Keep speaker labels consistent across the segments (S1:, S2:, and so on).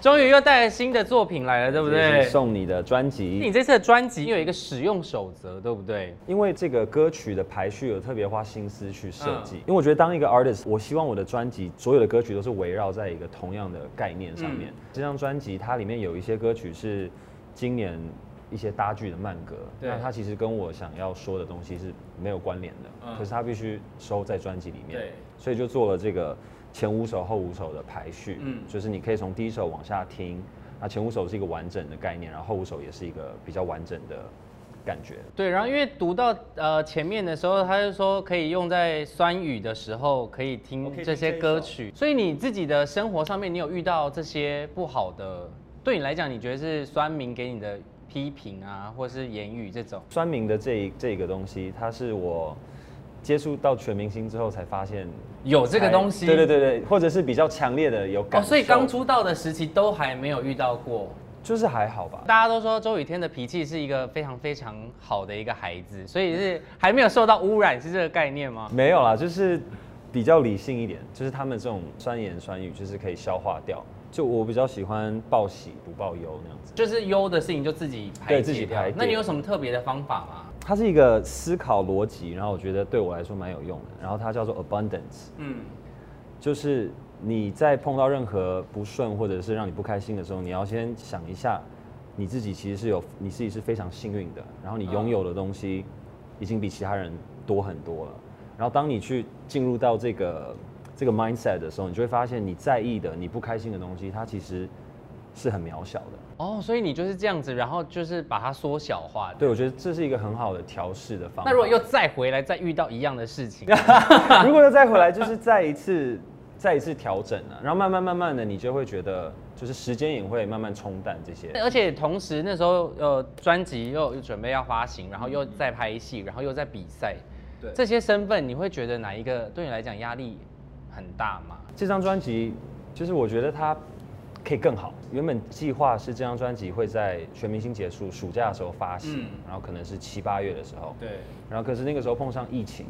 S1: 终于又带来新的作品来了，对不对？
S2: 送你的专辑。
S1: 你这次的专辑有一个使用守则，对不对？
S2: 因为这个歌曲的排序有特别花心思去设计，
S1: 嗯
S2: 因为我觉得当一个 artist，我希望我的专辑所有的歌曲都是围绕在一个同样的概念上
S1: 嗯
S2: 面。这张专辑它里面有一些歌曲是今年一些搭剧的慢歌，
S1: 对
S2: 那它其实跟我想要说的东西是没有关联的，
S1: 嗯
S2: 可是它必须收在专辑里面
S1: 对，
S2: 所以就做了这个前五首后五首的排序，
S1: 嗯
S2: 嗯，就是你可以从第一首往下听。那前五首是一个完整的概念，然后后五首也是一个比较完整的感觉。
S1: 对，然后因为读到呃前面的时候，他就说可以用在酸雨的时候哦可以
S2: 我
S1: 听
S2: 可以听
S1: 这些歌曲，所以你自己的生活上面，你有遇到这些不好的，对你来讲，你觉得是酸民给你的批评啊，或是言语这种？
S2: 酸民的这一这个东西，它是我接触到全明星之后才发现
S1: 有这个
S2: 才
S1: 东西
S2: 对对对对，或者是比较强烈的有
S1: 哦，
S2: 感受、
S1: 所以刚出道的时期都还没有遇到过。
S2: 就是还好吧。
S1: 大家都说周雨天的脾气是一个非常非常好的一个孩子，所以是还没有受到污染，是这个概念吗？
S2: 没有啦，就是比较理性一点，就是他们这种酸言酸语，就是可以消化掉。就我比较喜欢报喜不报忧那样子。
S1: 就是优的事情就自己排
S2: 对
S1: 解
S2: 自己
S1: 掉
S2: 排解
S1: 那你有什么特别的方法吗？
S2: 它是一个思考逻辑，然后我觉得对我来说蛮有用的。然后它叫做 abundance，
S1: 嗯，
S2: 就是你在碰到任何不顺或者是让你不开心的时候，你要先想一下，你自己其实是有，你自己是非常幸运的，然后你拥有的东西已经比其他人多很多了。然后当你去进入到这个这个 mindset 的时候，你就会发现你在意的、你不开心的东西，它其实是很渺小的。
S1: 哦，所以你就是这样子，然后就是把它缩小化。
S2: 对，我觉得这是一个很好的调试的方法。
S1: 那如果又再回来，再遇到一样的事 情，
S2: 如果又再回来，就是再一次、 再一次调整啊，然后慢慢、慢慢的，你就会觉得，就是时间也会慢慢冲淡这些。
S1: 而且同时那时候呃，专辑又又准备要发行，然后又在拍戏，然后又在比赛，
S2: 对
S1: 这些身份，你会觉得哪一个对你来讲压力很大吗？
S2: 这张专辑，就是我觉得它可以更好。原本计划是这张专辑会在全明星结束暑假的时候发行，
S1: 嗯
S2: 然后可能是七八月的时候，
S1: 对，
S2: 然后可是那个时候碰上疫情，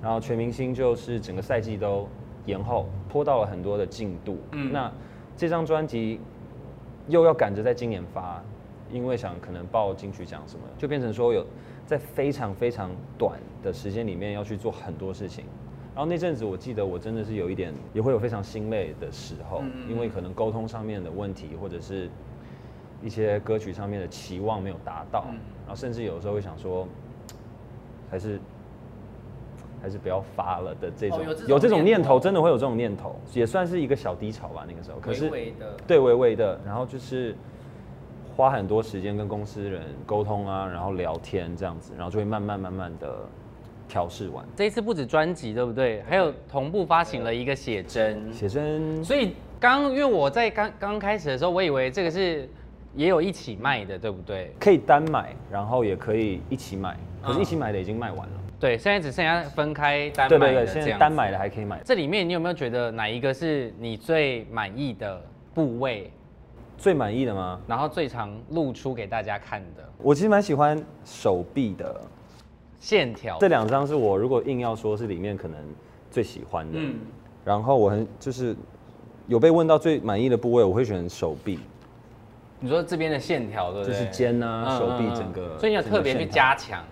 S2: 然后全明星就是整个赛季都延后，拖到了很多的进度。
S1: 嗯
S2: 那这张专辑又要赶着在今年发，因为想可能报金曲奖什么的，就变成说有在非常非常短的时间里面要去做很多事情。然后那阵子，我记得我真的是有一点，也会有非常心累的时候，
S1: 嗯嗯嗯
S2: 因为可能沟通上面的问题，或者是一些歌曲上面的期望没有达到，
S1: 嗯
S2: 然后甚至有时候会想说，还是还是不要发了的这种，
S1: 哦有这种
S2: 念头，真的会有这种念头，也算是一个小低潮吧。那个时候，哦可是
S1: 的
S2: 对微微的，然后就是花很多时间跟公司人沟通啊，然后聊天这样子，然后就会慢慢慢慢的调试完。
S1: 这一次不止专辑，对不对？还有同步发行了一个写真，
S2: 写真
S1: 所以刚因为我在刚刚开始的时候，我以为这个是也有一起卖的，对不对？
S2: 可以单买，然后也可以一起买，可是
S1: 嗯
S2: 一起买的已经卖完了。
S1: 对，现在只剩下分开单
S2: 对
S1: 买
S2: 对
S1: 的
S2: 对，
S1: 这
S2: 现在
S1: 样。
S2: 单。买的还可以买。
S1: 这里面你有没有觉得哪一个是你最满意的部位，
S2: 最满意的吗？
S1: 然后最常露出给大家看的
S2: 我其实蛮喜欢手臂的，
S1: 线条？
S2: 这两张是我如果硬要说是里面可能最喜欢的。
S1: 嗯，
S2: 然后我很就是有被问到最满意的部位，我会选手臂，
S1: 你说这边的线条对不
S2: 就
S1: 对？
S2: 是肩啊、
S1: 嗯
S2: 手臂
S1: 嗯嗯
S2: 整个。
S1: 所以你有
S2: 整个
S1: 特别去
S2: 线条？
S1: 加强，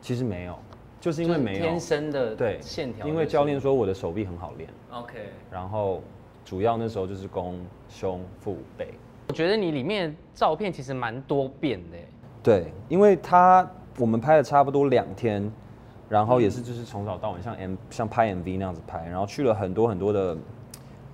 S2: 其实没有，就是因为没
S1: 就是
S2: 有
S1: 天生的
S2: 对
S1: 线条，
S2: 因为教练说我的手臂很好练，
S1: OK。
S2: 然后主要那时候就是弓、胸、腹、背。
S1: 我觉得你里面的照片其实蛮多变的欸耶，
S2: 对，因为他我们拍了差不多两天，然后也是就是从早到晚像
S1: 嗯
S2: M 像拍 MV 那样子拍，然后去了很多很多的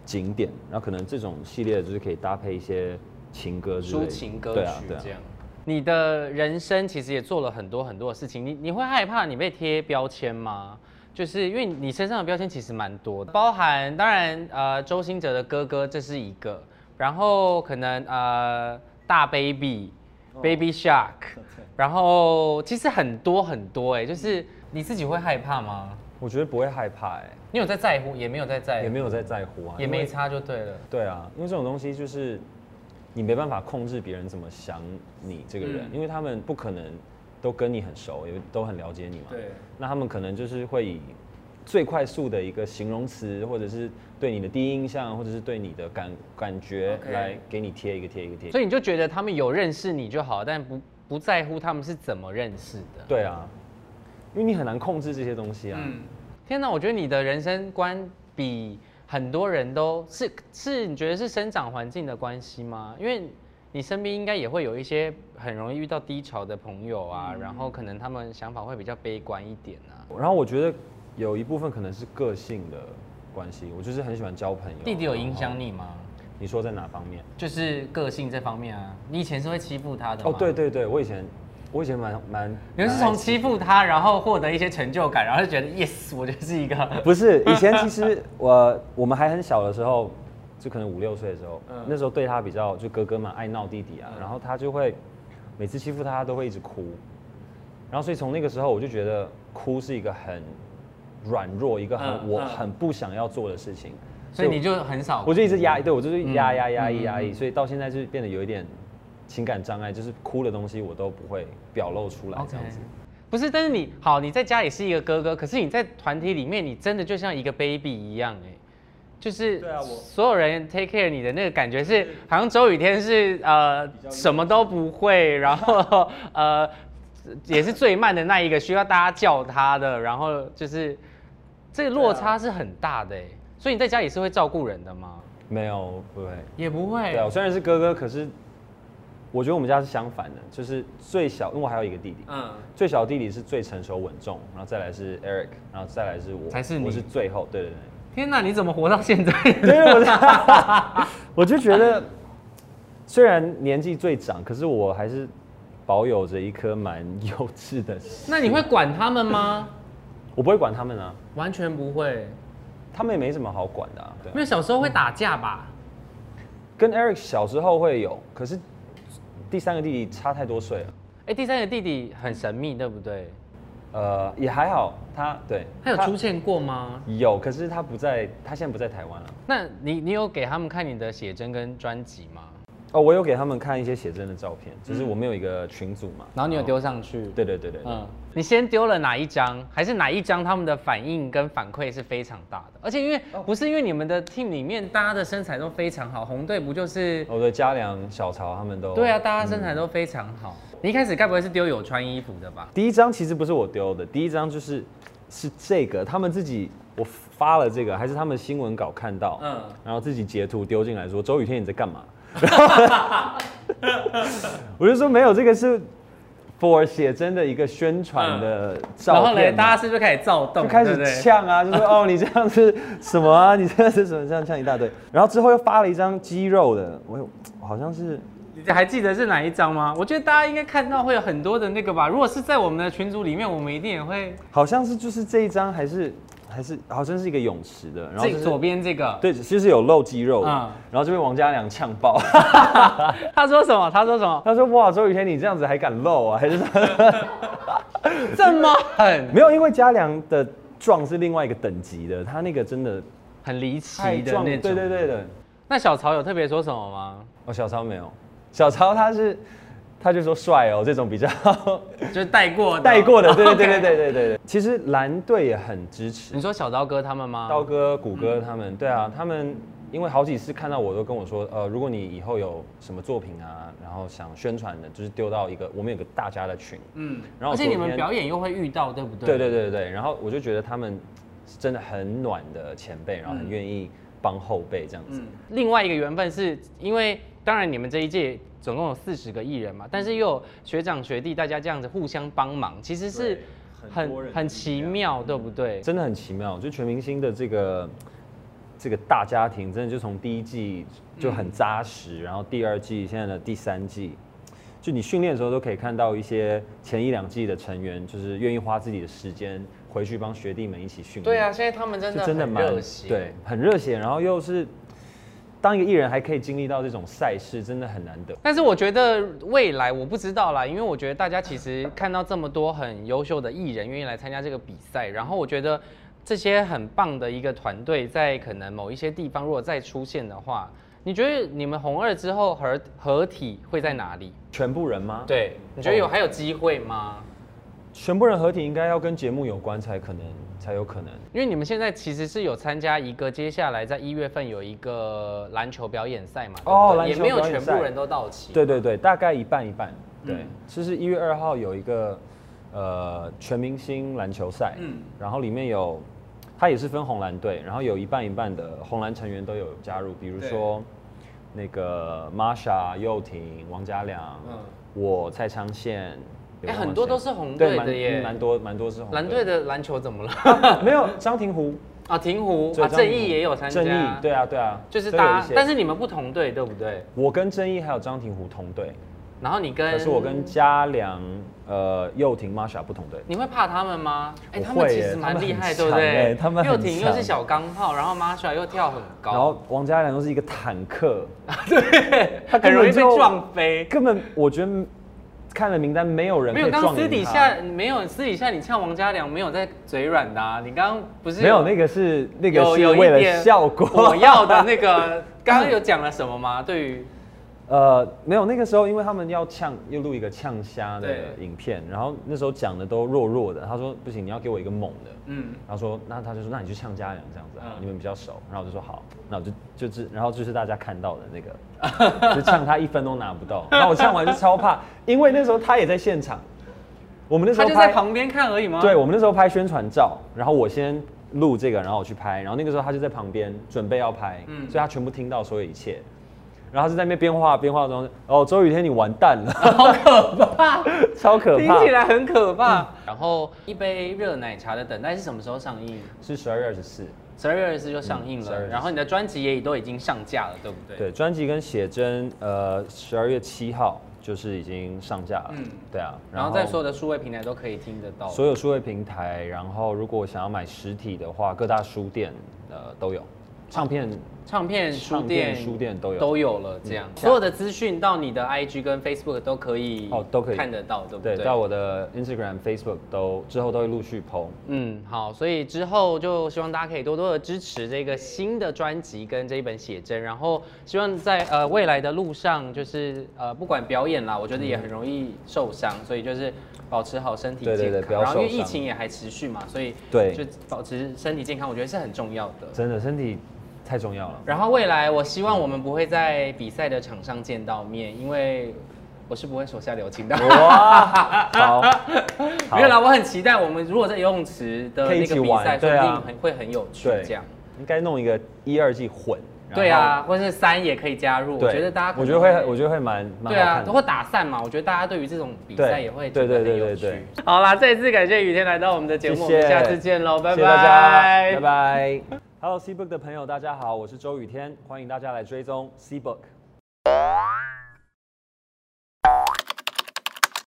S2: 景点，然后可能这种系列就是可以搭配一些情歌之类
S1: 抒
S2: 的
S1: 情歌
S2: 对啊
S1: 曲
S2: 对啊
S1: 这样。你的人生其实也做了很多很多的事情，你你会害怕你被贴标签吗？就是因为你身上的标签其实蛮多的，包含当然呃周兴哲的哥哥这是一个，然后可能呃大 baby、baby
S2: 哦啊
S1: shark，然后其实很多很多哎，就是你自己会害怕吗？
S2: 我觉得不会害怕、欸，
S1: 你有在在乎，也没有在在乎，
S2: 也没有在在乎啊，
S1: 也
S2: 因为
S1: 没差就对了。
S2: 对啊，因为这种东西就是你没办法控制别人怎么想你这个人，
S1: 嗯
S2: 因为他们不可能都跟你很熟，也都很了解你嘛。
S1: 对。
S2: 那他们可能就是会以最快速的一个形容词，或者是对你的第一印象，或者是对你的感感觉
S3: OK
S2: 来给你贴一个贴一个贴一个。
S1: 所以你就觉得他们有认识你就好，但不不在乎他们是怎么认识的。
S2: 对啊，因为你很难控制这些东西啊。
S3: 嗯，
S1: 天哪，我觉得你的人生观比很多人都是是，你觉得是生长环境的关系吗？因为你身边应该也会有一些很容易遇到低潮的朋友啊，然后可能他们想法会比较悲观一点啊。
S2: 然后我觉得有一部分可能是个性的关系，我就是很喜欢交朋友。
S1: 弟弟有
S2: 然后
S1: 影响？你吗？
S2: 你说在哪方面？
S1: 就是个性这方面啊，你以前是会欺负他的吗
S2: 哦，对，对对，我以前我以前蛮蛮，
S1: 你们是
S2: 蛮
S1: 从
S2: 爱
S1: 欺负他，然后获得一些成就感，然后就觉得 yes，我就是一 个
S2: 不是，以前其实我我们还很小的时候，就可能五六岁的时候，
S3: 嗯
S2: 那时候对他比较就哥哥嘛，爱闹弟弟啊，
S3: 嗯
S2: 然后他就会每次欺负他，他都会一直哭，然后所以从那个时候我就觉得哭是一个很软弱，一个很、
S3: 嗯
S2: 我
S3: 嗯
S2: 很不想要做的事情，
S1: 所以你就很少哭，
S2: 我就一直压，对我就是压压压抑
S1: 嗯
S2: 压抑，所以到现在就变得有一点情感障碍，就是哭的东西我都不会表露出来
S1: OK
S2: 这样子。
S1: 不是，但是你好，你在家里是一个哥哥，可是你在团体里面，你真的就像一个 baby 一样哎、就是
S3: 对啊我
S1: 所有人 take care 你的那个感觉是，好像周雨天是呃什么都不会，然后 呃也是最慢的那一个，需要大家叫他的，然后就是这个落差是很大的哎、所以你在家里是会照顾人的吗？
S2: 没有，不会。
S1: 也不会
S2: 对啊，我虽然是哥哥，可是我觉得我们家是相反的，就是最小，因为我还有一个弟弟，
S3: 嗯，
S2: 最小弟弟是最成熟稳重，然后再来是 Eric，然后再来是我，
S1: 才是你
S2: 我是最后，对对
S1: 天哪，你怎么活到 现在？
S2: 对，对我是 我就觉得虽然年纪最长，可是我还是保有着一颗蛮幼稚的心，
S1: 那你会管他们吗？
S2: 我不会管他们啊，
S1: 完全不会，
S2: 他们也没什么好管的、啊，对啊
S1: 因为小时候会打架吧。
S2: 跟 Eric 小时候会有，可是第三个弟弟差太多岁了。
S1: 哎、第三个弟弟很神秘，对不对？
S2: 呃，也还好，他对，
S1: 他有出现过吗？
S2: 有，可是他不在，他现在不在台湾了。
S1: 那你你有给他们看你的写真跟专辑吗？
S2: 哦，我有给他们看一些写真的照片，就是我们有一个群组嘛。
S1: 然后你有？丢上去？
S2: 对对对对。
S1: 嗯，你先丢了哪一张？还是哪一张他们的反应跟反馈是非常大的？而且因为、不是因为你们的 team 里面大家的身材都非常好，红队不就是？
S2: 我的家良、小曹他们都。
S1: 对啊，。大家身材都非常好。你一开始该不会是丢有穿衣服的吧？
S2: 第一张其实不是我丢的，第一张就是是这个，他们自己我发了这个，还是他们新闻稿看到，嗯
S3: 嗯，
S2: 然后自己截图丢进来说周雨天你在干嘛？ 我就说没有，这个是 for 写真的一个宣传的照
S1: 然
S2: 片嘛。
S1: 后嘞，大家是不是开始躁动？
S2: 就开
S1: 对不对
S2: 始呛啊，就 说哦，你这样是什么啊？ 你这样是什么？这样呛一大堆。然后之后又发了一张肌肉的，我有我好像是
S1: 你还记得是哪一张吗？我觉得大家应该看到会有很多的那个吧。如果是在我们的群组里面，我们一定也会。
S2: 好像是就是这一张还是还是好像是一个泳池的，然后
S1: 这
S2: 就是
S1: 左边这个，
S2: 对，就是有露肌肉的，
S1: 嗯
S2: 然后就被王嘉良呛爆。
S1: 他说什么？他说什么？
S2: 他说哇，周雨天你这样子还敢露啊？还是说
S1: 这么狠，
S2: 没有？因为嘉良的壮是另外一个等级的，他那个真的
S1: 很离奇
S2: 太
S1: 的
S2: 壮，
S1: 那
S2: 对
S1: 种。
S2: 对对的。
S1: 那小曹有特别说什么吗？
S2: 哦，小曹没有，小曹他是他就说帅哦，这种比较。
S1: 就是带过的
S2: 带过的，对 对对
S1: OK
S2: 对对对对对。其实蓝队也很支持
S1: 你，说小刀哥他们吗？
S2: 刀哥、谷歌他们，对
S1: 嗯
S2: 啊，他们因为好几次看到我都跟我说，呃，如果你以后有什么作品啊，然后想宣传的，就是丢到一个我们有个大家的群，
S3: 嗯，
S2: 然后
S1: 而且
S2: 昨
S1: 你们
S2: 天
S1: 表演又会遇到，对不对？
S2: 对对对对对，然后我就觉得他们是真的很暖的前辈，然后很
S3: 嗯
S2: 愿意帮后辈这样子。
S3: 嗯，
S1: 另外一个缘分是因为，当然你们这一届总共有四十个艺人嘛，但是又有学长学弟大家这样子互相帮忙，其实是
S3: 对很多
S1: 很
S3: 人
S1: 很
S3: 的
S1: 奇
S3: 力量
S1: 妙，对不对？
S2: 真的很奇妙，就全明星的这个这个大家庭，真的就从第一季就很扎实，然后第二季现在的第三季，就你训练的时候都可以看到一些前一两季的成员，就是愿意花自己的时间回去帮学弟们一起训练。
S1: 对啊，，现在他们真
S2: 就
S1: 的
S2: 嗯真的
S1: 很
S2: 蛮
S1: 热血，
S2: 对，很热血，然后又是当一个艺人还可以经历到这种赛事，真的很难得。
S1: 但是我觉得未来我不知道啦，因为我觉得大家其实看到这么多很优秀的艺人愿意来参加这个比赛，然后我觉得这些很棒的一个团队在可能某一些地方如果再出现的话，你觉得你们红二之后合合体会在哪里？
S2: 全部人吗？，
S1: 对，你觉得有还有机会吗？
S2: 全部人合体应该要跟节目有关才可能，才有可能。
S1: 因为你们现在其实是有参加一个，接下来在一月份有一个篮球表演赛嘛，对不对
S2: 哦篮球
S1: 也没有
S2: 表
S1: 全
S2: 演
S1: 部
S2: 赛
S1: 人都到齐，
S2: 对对对，大概一半一半。对，
S1: 嗯
S2: 其实一月二号有一个呃全明星篮球赛，
S1: 嗯
S2: 然后里面有它也是分红蓝队，然后有一半一半的红蓝成员都有加入，比如
S1: 对
S2: 说那个 Masha、佑廷、王嘉良，
S1: 嗯
S2: 我蔡昌宪，有
S1: 哎
S2: 没有
S1: 很
S2: 忘
S1: 多
S2: 记
S1: 都
S2: 了
S1: 是红
S2: 对
S1: 队
S2: 蛮
S1: 的耶
S2: 嗯蛮多蛮多是红
S1: 蓝队的篮球怎么了？
S2: 的，没有张庭湖
S1: 啊，停湖
S2: 对
S1: 啊，
S2: 张
S1: 正
S2: 庭湖
S1: 义也有参加，
S2: 正义对啊对啊，
S1: 就是
S2: 都有一
S1: 大家
S2: 些，
S1: 但是你们不同队对不对？
S2: 我跟正义还有张庭湖同队，
S1: 然后你跟，
S2: 可是我跟嘉良、呃佑廷、Masha 不同队。
S1: 你会怕他们吗？哎、
S2: 我
S1: 他们
S2: 会
S1: 其
S2: 耶
S1: 实
S2: 他
S1: 蛮
S2: 们
S1: 厉
S2: 很
S1: 害，对不
S2: 强
S1: 对？
S2: 耶他们
S1: 又
S2: 很
S1: 挺又是
S2: 强
S1: 小钢炮，然后 Masha 又跳很高，
S2: 然后王嘉良又是一个坦克，
S1: 他
S2: 他
S1: 很
S2: 根本
S1: 容易被
S2: 就
S1: 撞飞。
S2: 根本我觉得看了名单没有人
S1: 没
S2: 可
S1: 有，
S2: 以
S1: 刚刚
S2: 撞
S1: 私
S2: 赢
S1: 底
S2: 他
S1: 下没有，私底下你呛王嘉良没有在嘴软的、啊，你刚刚不是
S2: 没有那个是那个
S1: 有
S2: 是
S1: 有一
S2: 为了
S1: 点
S2: 效果，
S1: 我要的那个，刚刚有讲了什么吗？对于
S2: 呃没有那个时候因为他们要呛又录一个呛虾的
S1: 对
S2: 影片，然后那时候讲的都弱弱的，他说不行你要给我一个猛的，
S1: 嗯，
S2: 然后说，那他就说，那你去呛家人这样子、啊
S1: 嗯
S2: 你们比较熟。然后我就说好，那我就就是，然后就是大家看到的那个， 就呛他一分都拿不到。然后我呛完就超怕，因为那时候他也在现场，我们那时
S1: 他
S2: 候
S1: 就在
S2: 拍，
S1: 旁边看而已吗？
S2: 对，我们那时候拍宣传照，然后我先录这个，然后我去拍，然后那个时候他就在旁边准备要拍，
S1: 嗯
S2: 所以他全部听到所有一切。然后他就在那边边画边画中，哦，周雨天你完蛋了，
S1: 好可怕，
S2: 超可
S1: 听
S2: 怕嗯
S1: 起。来很可怕。然后一杯热奶茶的等待是什么时候上映？
S2: 是十二月二十四，
S1: 十二月二十四就上映
S2: 嗯12月
S1: 了，
S2: 24
S1: 然后你的专辑也都已经上架了，对不对？
S2: 对，专辑跟写真，呃，十二月七号就是已经上架了。
S1: 嗯
S2: 嗯，对啊。
S1: 然后在所有的数位平台都可以听得到。
S2: 所有数位平台，然后如果想要买实体的话，各大书店呃都有，唱片
S1: 唱片啊书
S2: 唱
S1: 店、
S2: 片书店都有嗯
S1: 都有了，这样、所有的资讯到你的 IG 跟 Facebook 都可以
S2: 哦都可以
S1: 看得到，对不
S2: 对
S1: 对？
S2: 到我的 Instagram、Facebook 都之后都会陆续 PO。
S1: 嗯，好，所以之后就希望大家可以多多的支持这个新的专辑跟这一本写真，然后希望在呃未来的路上，就是呃不管表演啦，我觉得也很容易受伤，所以就是保持好身体健
S2: 对
S1: 康，
S2: 对对不要
S1: 然后因为
S2: 受伤
S1: 疫情也还持续嘛，所以
S2: 对
S1: 就保持身体健康，我觉得是很重要的。
S2: 真的身体太重 要了。
S1: 然后未来我希望我们不会在比赛的场上见到面，因为我是不会手下留情的。
S2: 哇，好，好
S1: 没有啦，我很期待我们如果在游泳池的
S2: 可以
S1: 那
S2: 一起
S1: 个比赛，
S2: 玩
S1: 说不
S2: 对啊
S1: 定很会很有趣
S2: 对
S1: 这样。
S2: 应该弄一个一二季混。然后
S1: 对，啊，或是三也可以加入，
S2: 对，
S1: 我觉得大家可能
S2: 我觉得会，我觉得会蛮蛮好
S1: 对啊
S2: 看，的。
S1: 或打散嘛，我觉得大家对于这种比赛
S2: 对
S1: 也会觉
S2: 对
S1: 得
S2: 对
S1: 很
S2: 对
S1: 有趣
S2: 对。
S1: 好啦，再次感谢雨天来到我们的节目，我们下次见喽，拜拜，
S2: 谢谢大家，拜。拜。Hello C Book 的朋友，大家好，我是周雨天，欢迎大家来追踪 C Book。